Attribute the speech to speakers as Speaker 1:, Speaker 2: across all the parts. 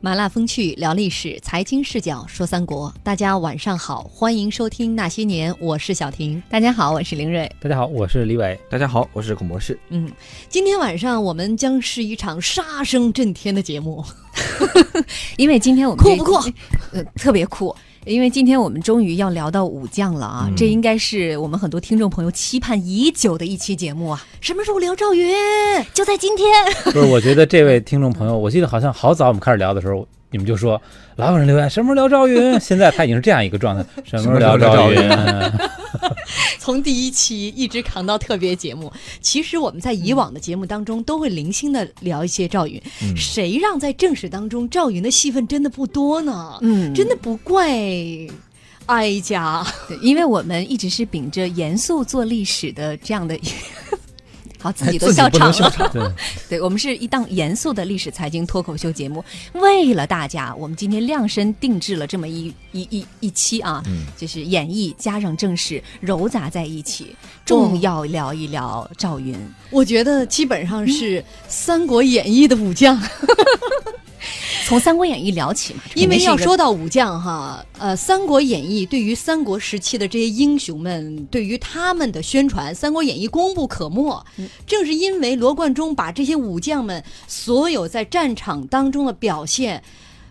Speaker 1: 麻辣风趣聊历史，财经视角说三国。大家晚上好，欢迎收听《那些年》，我是小婷。大家好，我是林睿。
Speaker 2: 大家好，我是李伟。
Speaker 3: 大家好，我是孔博士。
Speaker 1: 嗯，今天晚上我们将是一场杀声震天的节目，
Speaker 4: 因为今天我们
Speaker 1: 酷不酷？
Speaker 4: 呃，特别酷。因为今天我们终于要聊到武将了啊，
Speaker 3: 嗯
Speaker 4: 这应该是我们很多听众朋友期盼已久的一期节目啊，
Speaker 1: 什么时候聊赵云？
Speaker 4: 就在今天。
Speaker 2: 不是，我觉得这位听众朋友，我记得好像好早我们开始聊的时候，你们就说老有人留言什么时候聊赵云，现在他已经是这样一个状 态，什么时候聊赵
Speaker 3: 什么时候
Speaker 2: 嗯
Speaker 1: 从第一期一直扛到特别节目。其实我们在以往的节目当中都会零星的聊一些赵云，
Speaker 3: 嗯
Speaker 1: 谁让在正史当中赵云的戏份真的不多呢？
Speaker 4: 嗯，
Speaker 1: 真的不怪哀家。
Speaker 4: 对，因为我们一直是秉着严肃做历史的这样的一。 好，自己都
Speaker 3: 哎自己
Speaker 4: 笑
Speaker 3: 不
Speaker 4: 场
Speaker 3: 能笑
Speaker 4: 了。
Speaker 3: 场
Speaker 2: 对，
Speaker 4: 对我们是一档严肃的历史财经脱口秀节目，为了大家，我们今天量身定制了这么一一一一期啊，
Speaker 3: 嗯
Speaker 4: 就是演绎加上正史糅杂在一起，
Speaker 1: 嗯
Speaker 4: 重要聊一聊赵云。
Speaker 1: 我觉得基本上是《三国演义》的武 将，
Speaker 4: 从《三国演义》聊起嘛，这
Speaker 1: 因为
Speaker 4: 肯定是
Speaker 1: 要
Speaker 4: 一个
Speaker 1: 说到武将哈，呃，《三国演义》对于三国时期的这些英雄们，对于他们的宣传，《三国演义》功不可没。
Speaker 4: 嗯
Speaker 1: 正是因为罗贯中把这些武将们所有在战场当中的表现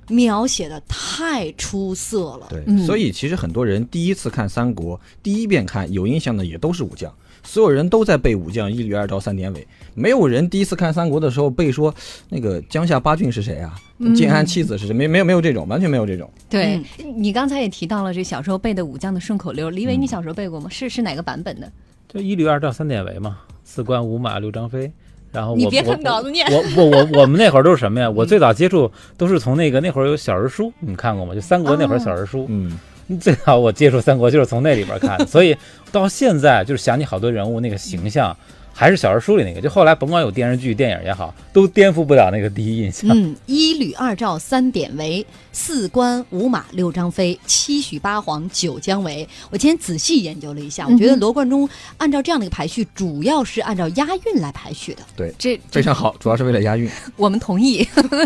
Speaker 1: 描写的太出色了。
Speaker 3: 对，
Speaker 4: 嗯
Speaker 3: 所以其实很多人第一次看三国，第一遍看有印象的也都是武将，所有人都在背武将一吕二赵三典韦，没有人第一次看三国的时候背说那个江夏八郡是谁啊，建安七子是谁，没没有没有这种，完全没有这种。
Speaker 4: 对、你刚才也提到了这小时候背的武将的顺口溜，李伟，你小时候背过吗？是是哪个版本的？
Speaker 2: 就一吕二赵三典韦嘛，四关五马六张飞。然后我
Speaker 4: 你别看
Speaker 2: 我
Speaker 4: 稿子念
Speaker 2: 我我我我们那会儿都是什么呀？我最早接触都是从那个那会儿有小人书，你们看过吗？就三国那会儿小人书，
Speaker 3: 嗯，
Speaker 2: 最早我接触三国就是从那里边看的， 所以到现在就是想起好多人物那个形象，还是小人书里那个。就后来甭管有电视剧、电影也好，都颠覆不了那个第一印象。
Speaker 1: 嗯，一吕二赵三典韦，四关五马六张飞，七许八黄九姜维。我今天仔细研究了一下，我觉得
Speaker 4: 嗯哼
Speaker 1: 罗贯中按照这样的一个排序，主要是按照押韵来排序的。
Speaker 4: 这
Speaker 3: 非常好，主要是为了押韵。
Speaker 4: 我们同意。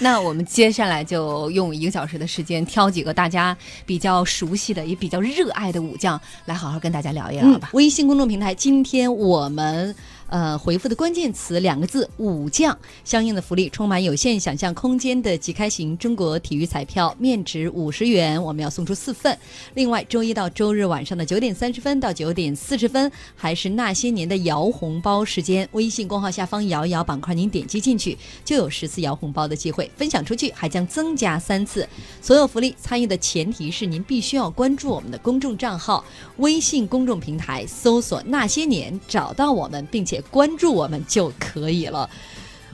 Speaker 4: 那我们接下来就用一个小时的时间，挑几个大家比较熟悉的、也比较热爱的武将，来好好跟大家聊一聊
Speaker 1: 嗯
Speaker 4: 吧，。
Speaker 1: 微信公众平台，今天我们呃回复的关键词两个字“武将”，相应的福利充满有限想象空间的即开型中国体育彩票，面值五十元，我们要送出四份。另外，周一到周日晚上的九点三十分到九点四十分，还是那些年的摇红包时间。微信公号下方“摇一摇”板块，您点击进去就有十次摇红包的机会，分享出去还将增加三次。所有福利参与的前提是您必须要关注我们的公众账号，微信公众平台搜索“那些年”，找到我们并且关注我们就可以了。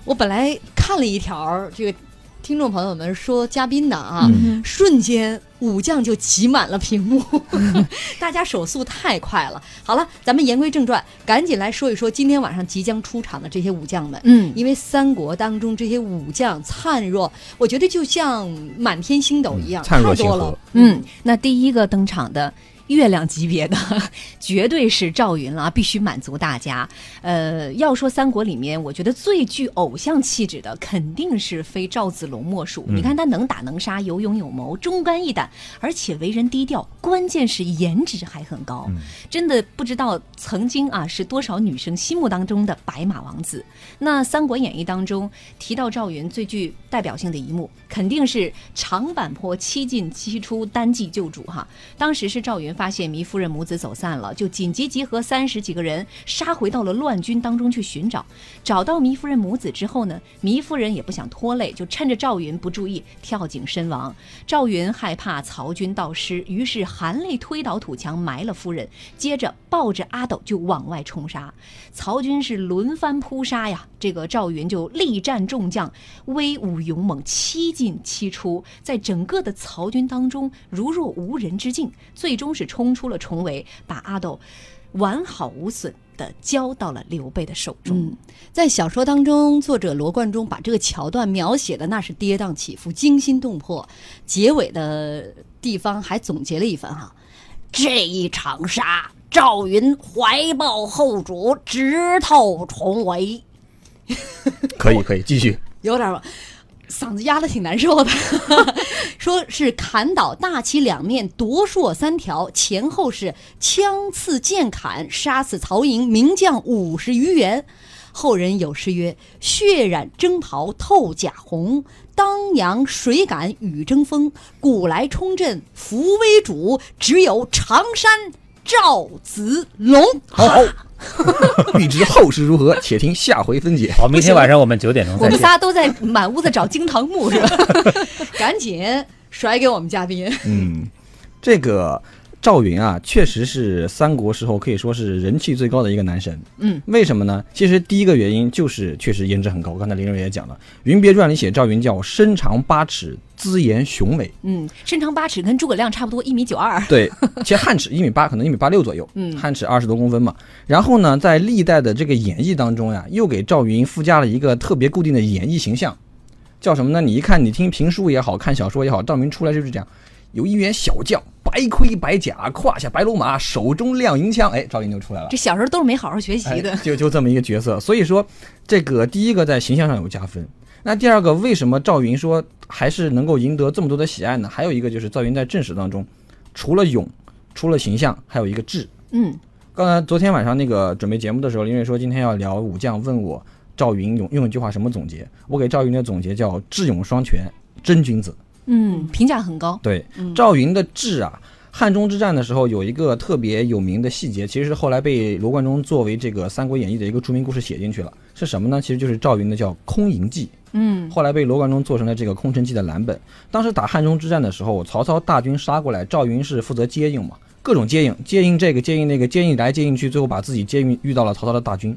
Speaker 1: 我本来看了一条儿这个听众朋友们说嘉宾的啊，
Speaker 3: 嗯
Speaker 1: 瞬间武将就挤满了屏幕， 大家手速太快了。好了，咱们言归正传，赶紧来说一说今天晚上即将出场的这些武将们。
Speaker 4: 嗯，
Speaker 1: 因为三国当中这些武将灿若，我觉得就像满天星斗一样，
Speaker 3: 嗯灿若
Speaker 1: 太
Speaker 3: 星
Speaker 1: 多
Speaker 3: 河
Speaker 1: 了。，
Speaker 4: 嗯，那第一个登场的月亮级别的， 绝对是赵云了啊，必须满足大家。呃，要说三国里面，我觉得最具偶像气质的，肯定是非赵子龙莫属。
Speaker 3: 嗯
Speaker 4: 你看他能打能杀，有勇有谋，忠肝义胆，而且为人低调，关键是颜值还很高。
Speaker 3: 嗯
Speaker 4: 真的不知道曾经啊是多少女生心目当中的白马王子。那《三国演义》当中提到赵云最具代表性的一幕，肯定是长坂坡七进七出，单骑救主哈。当时是赵云发现糜夫人母子走散了，就紧急集合三十几个人杀回到了乱军当中去寻找。找到糜夫人母子之后呢，糜夫人也不想拖累，就趁着赵云不注意跳井身亡。赵云害怕曹军到师，于是含泪推倒土墙埋了夫人，接着抱着阿斗就往外冲杀。曹军是轮番扑杀呀，这个赵云就力战众将，威武勇猛，七进七出，在整个的曹军当中如若无人之境，最终是冲出了重围，把阿斗完好无损的交到了刘备的手中。
Speaker 1: 嗯，在小说当中，作者罗贯中把这个桥段描写的那是跌宕起伏、惊心动魄，结尾的地方还总结了一番哈，这一场杀，赵云怀抱后主，直透重围，
Speaker 3: 可以可以继续。
Speaker 1: 有点儿嗓子压得挺难受的， 说是砍倒大旗两面，夺槊三条，前后是枪刺剑砍，杀死曹营名将五十余员。后人有诗曰：“血染征袍透甲红，当阳谁敢与争锋？古来冲阵扶危主，只有常山赵子龙。”
Speaker 3: 好，欲知后事如何，且听下回分解。
Speaker 2: 好，明天晚上我们九点钟
Speaker 4: 我
Speaker 2: 再
Speaker 4: 们
Speaker 2: 见。
Speaker 4: 仨都在满屋子找惊堂木是吧？
Speaker 1: 赶紧甩给我们嘉宾。
Speaker 3: 嗯，这个赵云啊，确实是三国时候可以说是人气最高的一个男神。
Speaker 4: 嗯，
Speaker 3: 为什么呢？其实第一个原因就是确实颜值很高。刚才林瑞也讲了，《云别传》里写赵云叫身长八尺，姿颜雄伟。
Speaker 4: 嗯，身长八尺，跟诸葛亮差不多，一米九二。
Speaker 3: 对，其实汉尺一米八，可能一米八六左右，
Speaker 4: 嗯
Speaker 3: 汉尺二十多公分嘛。然后呢，在历代的这个演绎当中呀，又给赵云附加了一个特别固定的演绎形象，叫什么呢？你一看，你听评书也好看小说也好，赵云出来就是这样，有一员小将，白盔白甲，胯下白龙马，手中亮银枪，哎，赵云就出来了。
Speaker 4: 这小时候都是没好好学习的
Speaker 3: 哎，就就这么一个角色。所以说，这个第一个在形象上有加分。那第二个，为什么赵云说还是能够赢得这么多的喜爱呢？还有一个就是赵云在正史当中，除了勇，除了形象，还有一个智。
Speaker 4: 嗯，
Speaker 3: 刚才昨天晚上那个准备节目的时候，林瑞说今天要聊武将，问我赵云用用一句话什么总结？我给赵云的总结叫智勇双全，真君子。
Speaker 4: 嗯，评价很高。
Speaker 3: 对，赵云的智啊，汉中之战的时候有一个特别有名的细节，其实是后来被罗贯中作为这个《三国演义》的一个著名故事写进去了。是什么呢？其实就是赵云的叫空营计，
Speaker 4: 嗯
Speaker 3: 后来被罗贯中做成了这个空城计的蓝本。当时打汉中之战的时候，曹操大军杀过来，赵云是负责接应嘛，各种接应，接应这个，接应那个，接应来，接应去，最后把自己接应遇到了曹操的大军。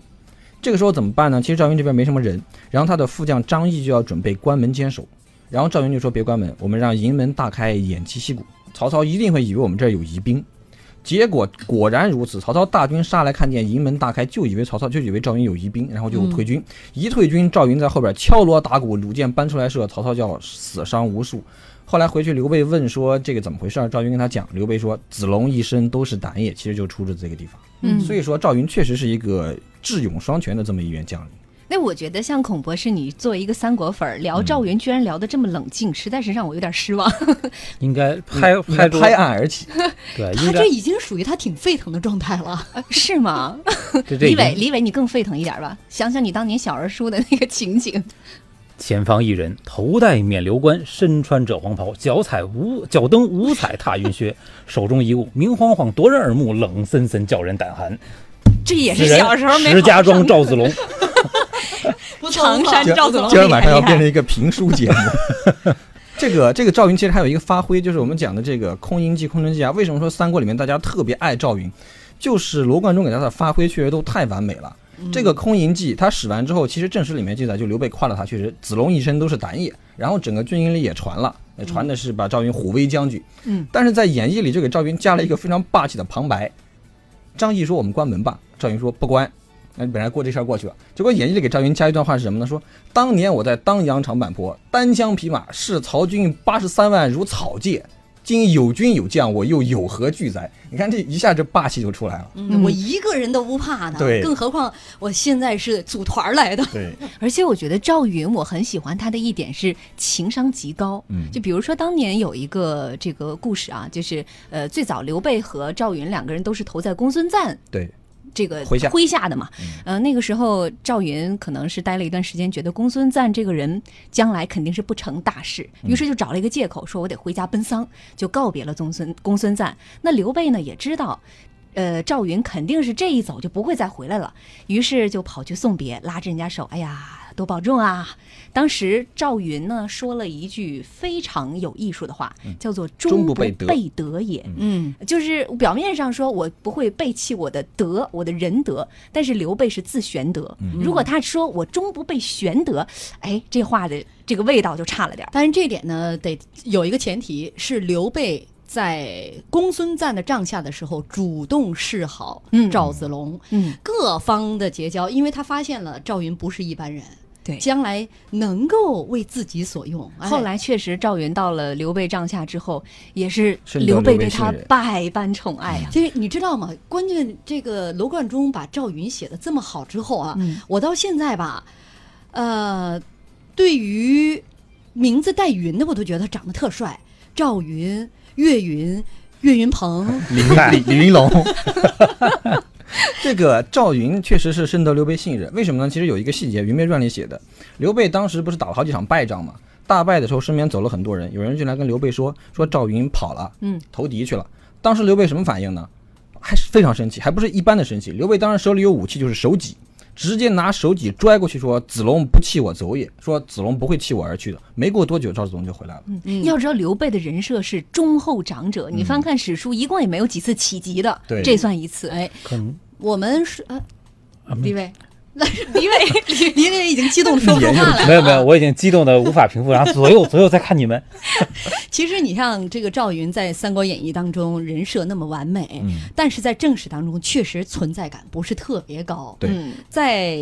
Speaker 3: 这个时候怎么办呢？其实赵云这边没什么人，然后他的副将张翼就要准备关门坚守，然后赵云就说：“别关门，我们让营门大开，偃旗息鼓。曹操一定会以为我们这儿有疑兵。”结果果然如此，曹操大军杀来，看见营门大开，就以为曹操就以为赵云有疑兵，然后就退军。一退军，赵云在后边敲锣打鼓，弩箭搬出来射，曹操叫死伤无数。后来回去，刘备问说这个怎么回事儿？赵云跟他讲，刘备说子龙一身都是胆也，其实就出自这个地方。
Speaker 4: 嗯，
Speaker 3: 所以说赵云确实是一个智勇双全的这么一员将领。
Speaker 4: 那我觉得像孔博士，你作为一个三国粉儿，聊赵云居然聊得这么冷静，实在是让我有点失 望。
Speaker 2: 应该拍
Speaker 3: 应
Speaker 2: 拍
Speaker 3: 该
Speaker 2: 桌
Speaker 3: 拍案而起，
Speaker 2: 对，
Speaker 1: 他
Speaker 2: 应
Speaker 1: 这
Speaker 2: 该
Speaker 1: 已经属于他挺沸腾的状态了。
Speaker 4: 是吗？
Speaker 2: 这这已
Speaker 4: 李伟，
Speaker 2: 经
Speaker 4: 李伟，你更沸腾一点吧，想想你当年小儿书的那个情景。
Speaker 2: 前方一人，头戴冕旒冠，身穿赭黄袍，脚踩五脚蹬五彩踏云 靴，手中一物明晃晃，夺人耳目，冷森森，叫人胆寒。
Speaker 4: 这也
Speaker 2: 此
Speaker 4: 是
Speaker 2: 人
Speaker 4: 哎小时候没
Speaker 2: 石
Speaker 4: 好
Speaker 2: 家
Speaker 4: 好
Speaker 2: 庄
Speaker 4: 上
Speaker 2: 赵子 龙，
Speaker 1: 长
Speaker 4: 长
Speaker 1: 山赵
Speaker 4: 山赵
Speaker 1: 子龙
Speaker 4: 子龙，
Speaker 3: 今儿晚上要变成一个评书节目。 这个这个赵云其实还有一个发挥，就是我们讲的这个空营计、空城计啊。为什么说三国里面大家特别爱赵云？就是罗贯中给他的发挥确实都太完美了。
Speaker 4: 嗯
Speaker 3: 这个空营计他使完之后，其实正史里面记载，就刘备夸了他，确实子龙一身都是胆也，然后整个军营里也传了，呃传的是把赵云虎威将军。
Speaker 4: 嗯，
Speaker 3: 但是在演义里就给赵云加了一个非常霸气的旁白。张毅说：“我们关门吧。”赵云说：“不关。”那本来过这事儿过去了，结果演义里给赵云加一段话是什么呢？说当年我在当阳长坂坡，单枪匹马，视曹军八十三万如草芥。今有军有将，我又有何惧哉？你看这一下，这霸气就出来了。
Speaker 1: 嗯我一个人都不怕呢，
Speaker 3: 对
Speaker 1: 更何况我现在是组团儿来的。
Speaker 3: 对，
Speaker 4: 而且我觉得赵云，我很喜欢他的一点是情商极高。
Speaker 3: 嗯
Speaker 4: 就比如说当年有一个这个故事啊，就是呃，最早刘备和赵云两个人都是投在公孙瓒
Speaker 3: 对，
Speaker 4: 这个
Speaker 3: 麾下嗯
Speaker 4: 的嘛。呃，那个时候赵云可能是待了一段时间，觉得公孙瓒这个人将来肯定是不成大事，
Speaker 3: 嗯
Speaker 4: 于是就找了一个借口，说我得回家奔丧，就告别了公孙公孙瓒。那刘备呢也知道。呃，赵云肯定是这一走就不会再回来了，于是就跑去送别，拉着人家手，哎呀，多保重啊！当时赵云呢说了一句非常有艺术的话，叫做“
Speaker 3: 嗯终
Speaker 4: 终
Speaker 3: 不
Speaker 4: 不
Speaker 3: 被
Speaker 4: 被
Speaker 3: 得
Speaker 4: 得也”
Speaker 1: 嗯，
Speaker 4: 就是表面上说我不会背弃我的德，我的仁德，但是刘备是自玄德。
Speaker 3: 嗯
Speaker 4: 如果他说我终不被玄德，哎，这话的这个味道就差了点儿。
Speaker 1: 但是这点呢，得有一个前提是刘备。在公孙瓒的帐下的时候，主动示好
Speaker 4: 嗯
Speaker 1: 赵子龙，
Speaker 4: 嗯，
Speaker 1: 各方的结交，因为他发现了赵云不是一般人，
Speaker 4: 对
Speaker 1: 将来能够为自己所用。哎
Speaker 4: 嗯后来确实赵云到了刘备帐下之后，也是
Speaker 3: 深得
Speaker 4: 刘备
Speaker 3: 刘备
Speaker 4: 对
Speaker 3: 信
Speaker 4: 他
Speaker 3: 任
Speaker 4: 百般宠爱啊呀、
Speaker 1: 其实你知道吗？关键这个罗贯中把赵云写的这么好之后啊，
Speaker 4: 嗯
Speaker 1: 我到现在吧，呃，对于名字带“云”的，我都觉得长得特帅，赵云、岳云、岳云鹏。
Speaker 3: 李李李云 龙。这个赵云确实是深得刘备信任，为什么呢？其实有一个细节，《云备传》里写的，刘备当时不是打了好几场败仗嘛，大败的时候身边走了很多人，有人就来跟刘备说，说赵云跑了，
Speaker 4: 嗯，
Speaker 3: 投敌去了。当时刘备什么反应呢？还是非常生气，还不是一般的生气。刘备当时手里有武器，就是手戟，直接拿手戟拽过去说：“子龙不弃我走也。”说子龙不会弃我而去的。没过多久，赵子龙就回来了。
Speaker 1: 嗯
Speaker 4: 要知道刘备的人设是忠厚长者，你翻看史书，一共也没有几次起级的，
Speaker 3: 嗯对
Speaker 4: 这算一次。哎，
Speaker 2: 可能
Speaker 1: 我们是呃，李伟，
Speaker 4: 李伟，
Speaker 1: 李李伟已经激动地说不出话来。啊
Speaker 2: 没有没有，我已经激动的无法平复，然后 左右左右在看你们，
Speaker 1: 其实你像这个赵云在《三国演义》当中人设那么完美，但是在正史当中确实存在感不是特别高。
Speaker 3: 对
Speaker 4: 嗯，
Speaker 1: 在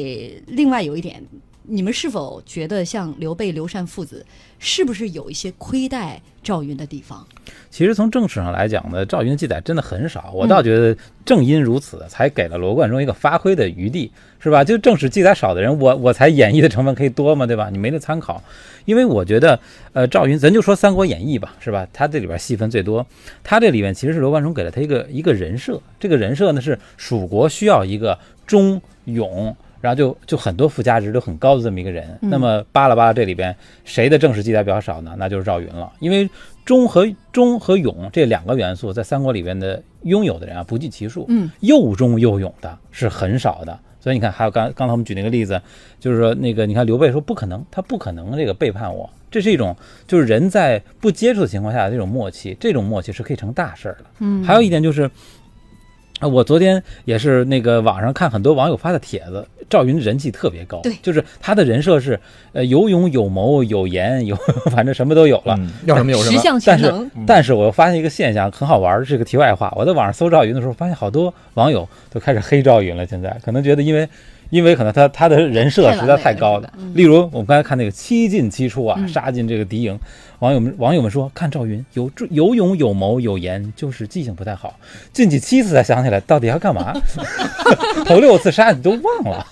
Speaker 1: 另外有一点，你们是否觉得像刘备、刘禅父子是不是有一些亏待赵云的地方？
Speaker 2: 其实从正史上来讲呢，赵云的记载真的很少。我倒觉得正因如此，才给了罗贯中一个发挥的余地，是吧？就正史记载少的人，我我才演绎的成分可以多嘛，对吧？你没得参考，因为我觉得，呃，赵云，咱就说《三国演义》吧，是吧？他这里边戏份最多，他这里面其实是罗贯中给了他一个一个人设，这个人设呢是蜀国需要一个忠勇。然后就就很多附加值都很高的这么一个人，那么扒拉扒拉这里边谁的正史记载比较少呢？那就是赵云了，因为忠和忠和勇这两个元素在三国里边的拥有的人啊不计其数，
Speaker 4: 嗯，
Speaker 2: 又忠又勇的是很少的。所以你看，还有刚刚才我们举那个例子，就是说那个你看刘备说不可能，他不可能这个背叛我，这是一种就是人在不接触的情况下的这种默契，这种默契是可以成大事儿的。嗯，还有一点就是。啊，我昨天也是那个网上看很多网友发的帖子，赵云人气特别高，
Speaker 1: 对
Speaker 2: 就是他的人设是，呃，有勇有谋有言有， 反正什么都有了。
Speaker 3: 嗯，要什么有什
Speaker 4: 十
Speaker 3: 么。
Speaker 4: 项
Speaker 2: 但
Speaker 4: 全
Speaker 2: 是
Speaker 4: 能。，
Speaker 2: 但是我又发现一个现象，很好玩儿，是个题外话。我在网上搜赵云的时候，发现好多网友都开始黑赵云了。现在可能觉得，因为因为可能他他的人设
Speaker 4: 太完
Speaker 2: 实
Speaker 4: 美
Speaker 2: 在
Speaker 4: 了
Speaker 2: 太高
Speaker 4: 是吧
Speaker 2: 了。
Speaker 3: 嗯
Speaker 2: 例如，我们刚才看那个七进七出啊，杀进这个敌营，网友们网友们说，看赵云有智有勇有谋有言，就是记性不太好，进去七次才想起来到底要干 嘛，头六次杀你都忘了。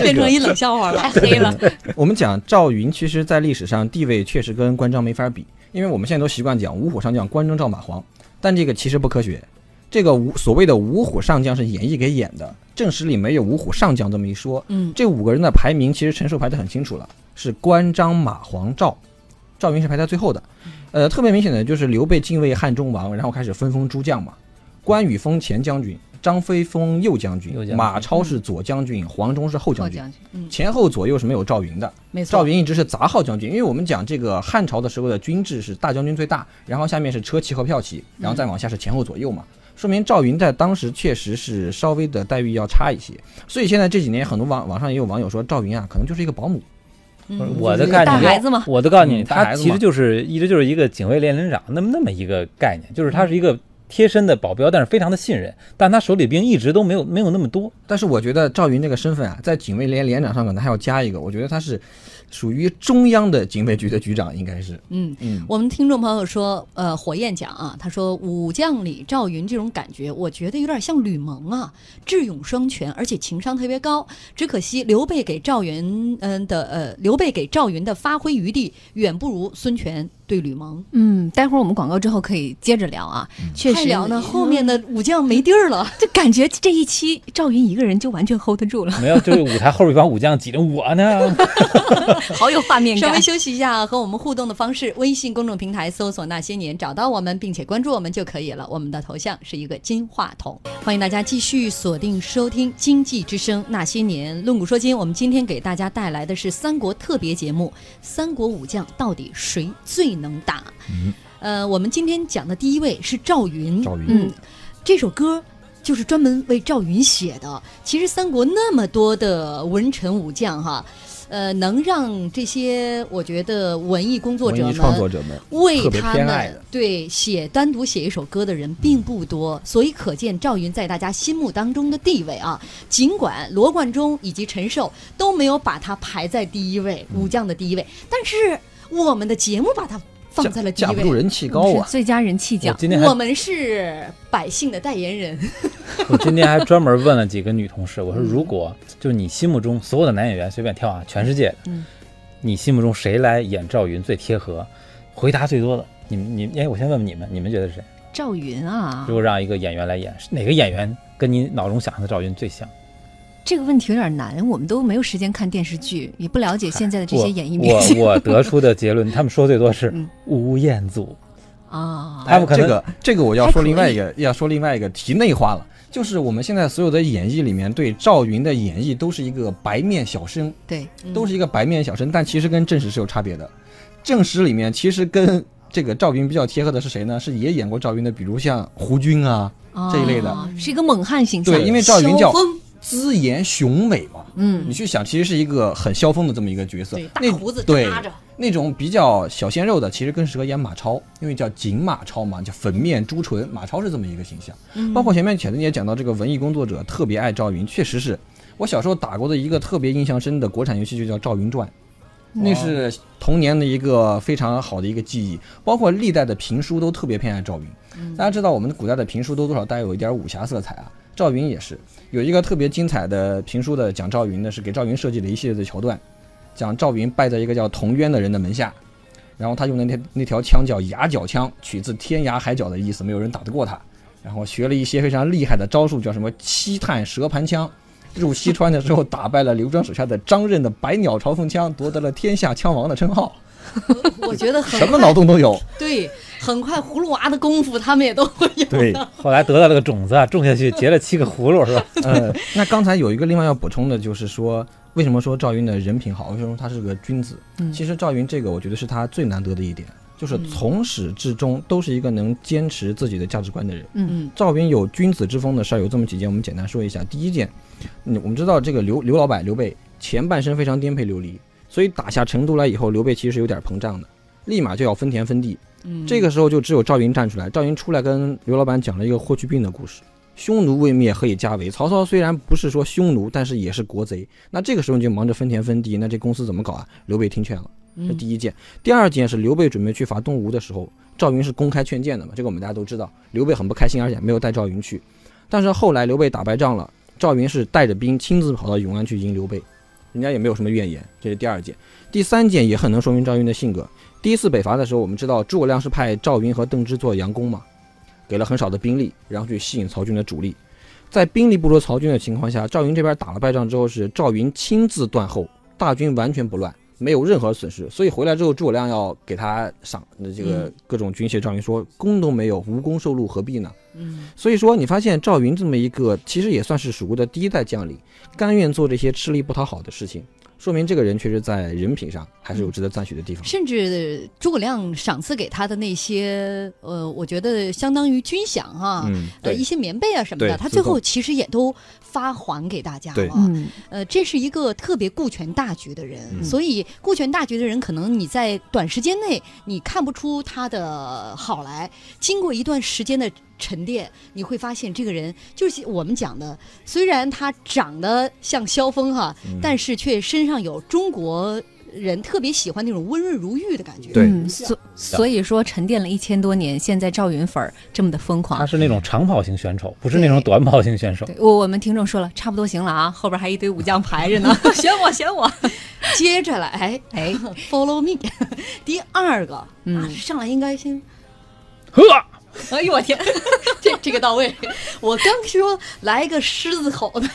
Speaker 1: 变成一冷笑话了，太黑了。
Speaker 3: 我们讲赵云，其实在历史上地位确实跟关张没法比，因为我们现在都习惯讲五虎上将关张赵马黄，但这个其实不科学。这个五所谓的五虎上将是演义给演的，正史里没有五虎上将这么一说。
Speaker 1: 嗯，
Speaker 3: 这五个人的排名其实陈寿排得很清楚了，是关张马黄赵，赵云是排在最后的。呃，特别明显的就是刘备敬畏汉中王，然后开始分封诸将嘛。关羽封前将军，张飞封右将军，
Speaker 2: 右将军
Speaker 3: 马超是左将军，黄忠嗯是后
Speaker 4: 霍
Speaker 3: 将军，
Speaker 4: 将军，
Speaker 1: 嗯
Speaker 3: 前后左右是没有赵云的。
Speaker 1: 没错，
Speaker 3: 赵云一直是杂号将军，因为我们讲这个汉朝的时候的军制是大将军最大，然后下面是车骑和票骑，
Speaker 1: 嗯
Speaker 3: 然后再往下是前后左右嘛。说明赵云在当时确实是稍微的待遇要差一些，所以现在这几年很多网网上也有网友说赵云啊，可能就是一个保姆，
Speaker 2: 我的
Speaker 3: 就是
Speaker 2: 概
Speaker 4: 带
Speaker 2: 念，
Speaker 4: 孩子嘛
Speaker 2: 我都告诉你，
Speaker 3: 嗯带
Speaker 2: 他
Speaker 3: 孩子
Speaker 2: 其
Speaker 3: 嘛
Speaker 2: 实就是一直就是一个警卫连连长那么那么一个概念，就是他是一个贴身的保镖，但是非常的信任，但他手里兵一直都没有没有那么多。
Speaker 3: 但是我觉得赵云这个身份啊，在警卫连连长上可能还要加一个，我觉得他是属于中央的警卫局的局长，应该是。
Speaker 1: 嗯
Speaker 3: 嗯，
Speaker 1: 我们听众朋友说，呃，火焰奖啊，他说武将里赵云这种感觉，我觉得有点像吕蒙啊，智勇双全，而且情商特别高。只可惜刘备给赵云，嗯、的呃，刘备给赵云的发挥余地远不如孙权对吕蒙。
Speaker 4: 嗯，待会儿我们广告之后可以接着聊啊。
Speaker 3: 嗯
Speaker 4: 确
Speaker 1: 太
Speaker 4: 实，
Speaker 1: 聊呢，后面的武将没地儿了。
Speaker 4: 就感觉这一期赵云一个人就完全 hold 得 住了，
Speaker 2: 没有，就是舞台后边一帮武将挤着我呢。
Speaker 4: 好有画面
Speaker 1: 稍
Speaker 4: 感
Speaker 1: 微。休息一下，和我们互动的方式，微信公众平台搜索“那些年”，找到我们并且关注我们就可以了。我们的头像是一个金话筒，欢迎大家继续锁定收听《经济之声》那些年论古说今。我们今天给大家带来的是三国特别节目《三国武将到底谁最能打》。呃，我们今天讲的第一位是赵云，
Speaker 3: 赵云
Speaker 1: 嗯，这首歌就是专门为赵云写的。其实三国那么多的文臣武将哈，呃，能让这些我觉得文艺工作者
Speaker 3: 文
Speaker 1: 们
Speaker 3: 艺创作者们
Speaker 1: 为
Speaker 3: 特别
Speaker 1: 他
Speaker 3: 偏爱
Speaker 1: 们
Speaker 3: 的
Speaker 1: 对写单独写一首歌的人并不多，所以可见赵云在大家心目当中的地位啊。尽管罗贯中以及陈寿都没有把他排在第一位武将的第一位，但是我们的节目把他放在了第一
Speaker 3: 架不住
Speaker 1: 位。
Speaker 3: 人气高
Speaker 4: 是
Speaker 3: 啊，
Speaker 4: 最佳人气
Speaker 2: 我
Speaker 4: 奖，
Speaker 2: 今天
Speaker 1: 我
Speaker 2: 还
Speaker 1: 们是百姓的代言人，
Speaker 2: 我今天还专门问了几个女同事，我说如果就是你心目中所有的男演员随便挑啊，全世界的，你心目中谁来演赵云最贴合？回答最多的，你们你们哎，我先问问你们，你们觉得是谁？
Speaker 4: 赵云啊
Speaker 2: 如，果让一个演员来演，是哪个演员跟你脑中想象的赵云最像？
Speaker 4: 这个问题有点难，我们都没有时间看电视剧，也不了解现在的这
Speaker 2: 我
Speaker 4: 些演艺明
Speaker 2: 我
Speaker 4: 星
Speaker 2: 我得出的结 论，他们说最多是
Speaker 4: 嗯
Speaker 2: 吴彦祖。
Speaker 4: 啊。
Speaker 2: 他们可能
Speaker 3: 哎这个这个我要
Speaker 4: 还
Speaker 3: 说
Speaker 4: 可
Speaker 3: 另外
Speaker 4: 以
Speaker 3: 一个要说另外一个题内话了，就是我们现在所有的演绎里面对赵云的演绎都是一个白面小生，
Speaker 4: 对，
Speaker 1: 嗯
Speaker 3: 都是一个白面小生，但其实跟正史是有差别的。正史里面其实跟这个赵云比较贴合的是谁呢？是也演过赵云的，比如像胡军啊，
Speaker 4: 啊
Speaker 3: 这一类的
Speaker 4: 是一个猛汉形象。
Speaker 3: 对，因为赵云
Speaker 1: 嗯萧
Speaker 3: 叫
Speaker 1: 峰
Speaker 3: 姿颜雄伟嘛。
Speaker 4: 嗯
Speaker 3: 你去想，其实是一个很萧峰的这么一个角色
Speaker 1: 对，大
Speaker 3: 那
Speaker 1: 胡子
Speaker 3: 对
Speaker 1: 扎着，
Speaker 3: 那种比较小鲜肉的，其实更适合演马超，因为叫锦马超嘛，叫粉面朱唇，马超是这么一个形象。包括前面铁子也讲到，这个文艺工作者特别爱赵云，确实是我小时候打过的一个特别印象深的国产游戏，就叫《赵云传》。那是童年的一个非常好的一个记忆，包括历代的评书都特别偏爱赵云。大家知道我们古代的评书都多少带有一点武侠色彩啊，赵云也是有一个特别精彩的评书的讲赵云的，是给赵云设计了一系列的桥段，讲赵云拜在一个叫童渊的人的门下，然后他用的那条那条枪叫崖角枪，取自天涯海角的意思，没有人打得过他。然后学了一些非常厉害的招数，叫什么七探蛇盘枪。入西川的时候，打败了刘庄手下的张任的百鸟朝凤枪，夺得了天下枪王的称号，
Speaker 1: 我觉得很
Speaker 3: 什么
Speaker 1: 快
Speaker 3: 脑洞都有。
Speaker 1: 对，很快葫芦娃的功夫他们也都会 有。
Speaker 3: 对，
Speaker 2: 后来得到了个种子啊，种下去结了七个葫芦，是 吧？
Speaker 3: 呃，那刚才有一个另外要补充的，就是说，为什么说赵云的人品好？为什么他是个君子？
Speaker 4: 嗯
Speaker 3: 其实赵云这个，我觉得是他最难得的一点，就是从始至终都是一个能坚持自己的价值观的人。
Speaker 1: 嗯
Speaker 3: 赵云有君子之风的事儿有这么几件，我们简单说一下。第一件，嗯，我们知道这个刘刘老板刘备前半生非常颠沛流离，所以打下成都来以后，刘备其实有点膨胀的，立马就要分田分地。
Speaker 1: 嗯，
Speaker 3: 这个时候就只有赵云站出来，赵云出来跟刘老板讲了一个霍去病的故事。匈奴未灭，何以家为？曹操虽然不是说匈奴，但是也是国贼。那这个时候你就忙着分田分地，那这公司怎么搞啊？刘备听劝了，
Speaker 1: 嗯
Speaker 3: 这第一件。第二件是刘备准备去伐东吴的时候，赵云是公开劝谏的嘛，这个我们大家都知道。刘备很不开心，而且没有带赵云去。但是后来刘备打败仗了，赵云是带着兵亲自跑到永安去迎刘备，人家也没有什么怨言。这是第二件。第三件也很能说明赵云的性格，第一次北伐的时候，我们知道诸葛亮是派赵云和邓芝做佯攻嘛，给了很少的兵力，然后去吸引曹军的主力。在兵力不如曹军的情况下，赵云这边打了败仗之后，是赵云亲自断后，大军完全不乱，没有任何损失。所以回来之后，诸葛亮要给他赏这个各种军械。赵云说：“功都没有，无功受禄，何必呢？”
Speaker 1: 嗯
Speaker 3: 所以说，你发现赵云这么一个其实也算是蜀国的第一代将领，甘愿做这些吃力不讨好的事情，说明这个人确实在人品上还
Speaker 1: 嗯
Speaker 3: 是有值得赞许的地方。
Speaker 1: 甚至诸葛亮赏赐给他的那些，呃，我觉得相当于军饷哈、
Speaker 3: 嗯，
Speaker 1: 呃，
Speaker 2: 对
Speaker 1: 一些棉被啊什么的，
Speaker 3: 对
Speaker 1: 他
Speaker 3: 足
Speaker 1: 最后
Speaker 3: 够
Speaker 1: 其实也都发还给大家
Speaker 3: 对
Speaker 1: 了。
Speaker 4: 嗯，
Speaker 1: 呃，这是一个特别顾全大局的人，
Speaker 3: 嗯
Speaker 1: 所以顾全大局的人，可能你在短时间内你看不出他的好来，经过一段时间的沉淀，你会发现这个人就是我们讲的，虽然他长得像萧峰哈，
Speaker 3: 嗯
Speaker 1: 但
Speaker 2: 嗯
Speaker 1: 是却身上有中国人特别喜欢那种温润如玉的感觉。
Speaker 3: 对
Speaker 4: 嗯所
Speaker 1: 啊
Speaker 4: 所以说沉淀了一千多年，现在赵云粉儿这么的疯
Speaker 2: 他
Speaker 3: 啊
Speaker 4: 狂。
Speaker 2: 是那种长跑型选手，不是那种短跑型选手。
Speaker 4: 对我我们听众说了，差不多行了啊，后边还一堆武将排 着呢，选我选我。
Speaker 1: 接着 来
Speaker 4: 哎，
Speaker 1: ，Follow me，第 二个，
Speaker 4: 嗯
Speaker 1: 啊，上来应该先
Speaker 2: 呵，
Speaker 4: 哎呦我天，
Speaker 1: 这这个到位。我刚说来一个狮子吼的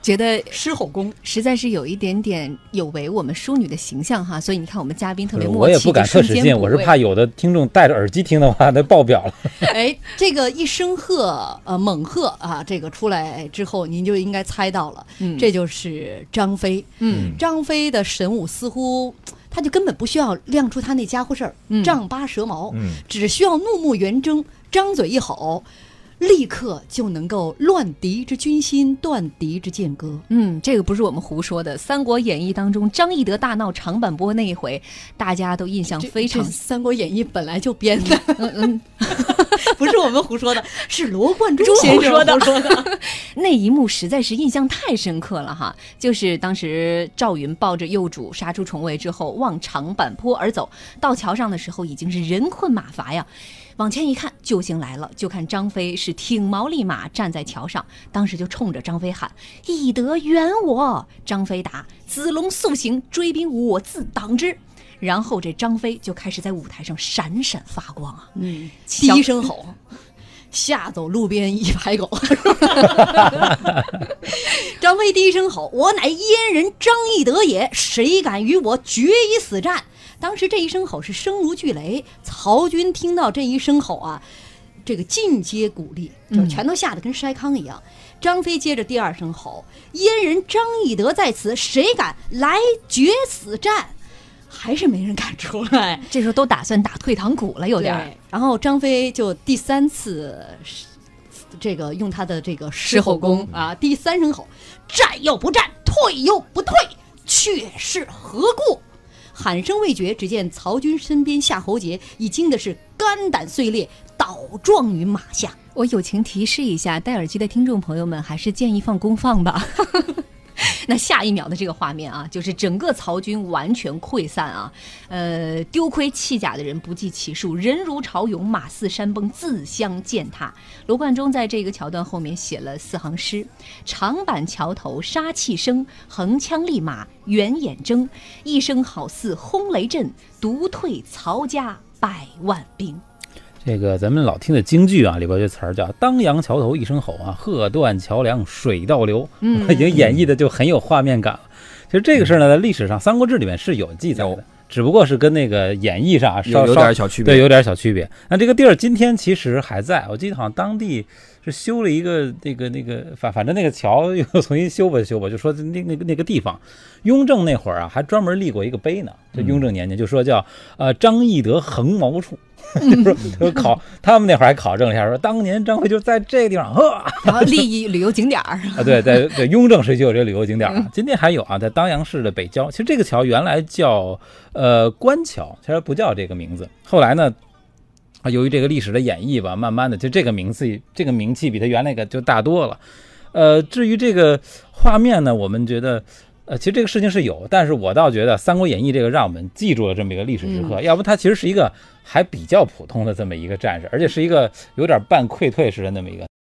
Speaker 4: 觉得
Speaker 1: 狮吼功，
Speaker 4: 实在是有一点点有违我们淑女的形象哈，所以你看我们嘉宾特别默
Speaker 2: 嗯我
Speaker 4: 契，
Speaker 2: 也不敢
Speaker 4: 就
Speaker 2: 特
Speaker 4: 瞬
Speaker 2: 使
Speaker 4: 间
Speaker 2: 劲，
Speaker 4: 补
Speaker 2: 我是
Speaker 4: 位
Speaker 2: 怕有的听众戴着耳机听的话， 那爆表了。
Speaker 1: 哎，这个一声喝，呃，猛喝啊，这个出来之后，您就应该猜到了，
Speaker 4: 嗯
Speaker 1: 这就是张飞。
Speaker 4: 嗯
Speaker 1: 张飞的神武似乎，他就根本不需要亮出他那家伙事儿，
Speaker 4: 嗯
Speaker 1: 丈八蛇矛，
Speaker 3: 嗯
Speaker 1: 只需要怒目圆睁，张嘴一吼，立刻就能够乱敌之军心，断敌之剑戈。
Speaker 4: 嗯，这个不是我们胡说的，《三国演义》当中张翼德大闹长坂坡那一回，大家都印象
Speaker 1: 这
Speaker 4: 非常
Speaker 1: 这《三国演义》本来就编的，
Speaker 4: 嗯嗯，
Speaker 1: 不是我们胡说的，是罗贯中
Speaker 4: 中
Speaker 1: 先
Speaker 4: 胡
Speaker 1: 生
Speaker 4: 说的
Speaker 1: 胡说的。
Speaker 4: 那一幕实在是印象太深刻了哈！就是当时赵云抱着幼主杀出重围之后，望长坂坡而走，到桥上的时候已经是人困马乏呀。往前一看，救星来了，就看张飞是挺毛立马站在桥上，当时就冲着张飞喊：“义德圆我！”张飞答：“子龙速行，追兵我自挡之。”然后这张飞就开始在舞台上闪闪发光啊！
Speaker 1: 嗯，第
Speaker 4: 小
Speaker 1: 一声吼，吓走路边一排狗。张飞第一声吼：“我乃燕人张翼德也，谁敢与我决一死战？”当时这一声吼是声如巨雷，曹军听到这一声吼啊，这个尽皆鼓励，就全都吓得跟筛糠一样。张飞接着第二声吼：“燕人张翼德在此，谁敢来决死战？”还是没人敢出来。
Speaker 4: 这时候都打算打退堂鼓了，有点儿
Speaker 1: 对。然后张飞就第三次是这个用他的这个狮吼功啊，第三声吼：“战又不战，退又不退，却是何故？”喊声未绝，只见曹军身边夏侯杰已经的是肝胆碎裂，倒撞于马下。
Speaker 4: 我友情提示一下，戴耳机的听众朋友们，还是建议放公放吧。 那下一秒的这个画面啊，就是整个曹军完全溃散啊，呃，丢盔弃甲的人不计其数，人如潮涌，马似山崩，自相践踏。罗贯中在这个桥段后面写了四行诗：长坂桥头杀气生，横枪立马圆眼睁，一声好似轰雷震，独退曹家百万兵。
Speaker 2: 这个咱们老听的京剧啊，里边这词儿叫“当阳桥头一声吼啊，喝断桥梁水倒流”，嗯， 已经演绎的就很有画面感了。其实这个事儿呢，在历史上《三国志》里面是有记载的
Speaker 3: 有，
Speaker 2: 只不过是跟那个演绎上啊稍
Speaker 3: 有有
Speaker 2: 稍
Speaker 3: 点小区别。
Speaker 2: 对，有点小区别。那这个地儿今天其实还在，我记得好像当地是修了一个那个那个，反反正那个桥又 重新修吧修吧，就说那那个那个地方，雍正那会儿啊，还专门立过一个碑呢。就
Speaker 3: 嗯
Speaker 2: 雍正年间，就说叫呃张翼德横谋处。 就是说考他们那会儿还考证了一下，说当年张飞就在这个地方，呵
Speaker 4: 然后立一旅游景点儿。
Speaker 2: 啊，对，在在雍正时期有这个旅游景点儿啊，今天还有啊，在当阳市的北郊。其实这个桥原来叫呃官桥，其实不叫这个名字。后来呢，啊由于这个历史的演绎吧，慢慢的就这个名气，这个名气比它原来个就大多了。呃，至于这个画面呢，我们觉得。呃，其实这个事情是有，但是我倒觉得《三国演义》这个让我们记住了这么一个历史时刻，要不它其实是一个还比较普通的这么一个战士，而且是一个有点半溃退式的那么一个。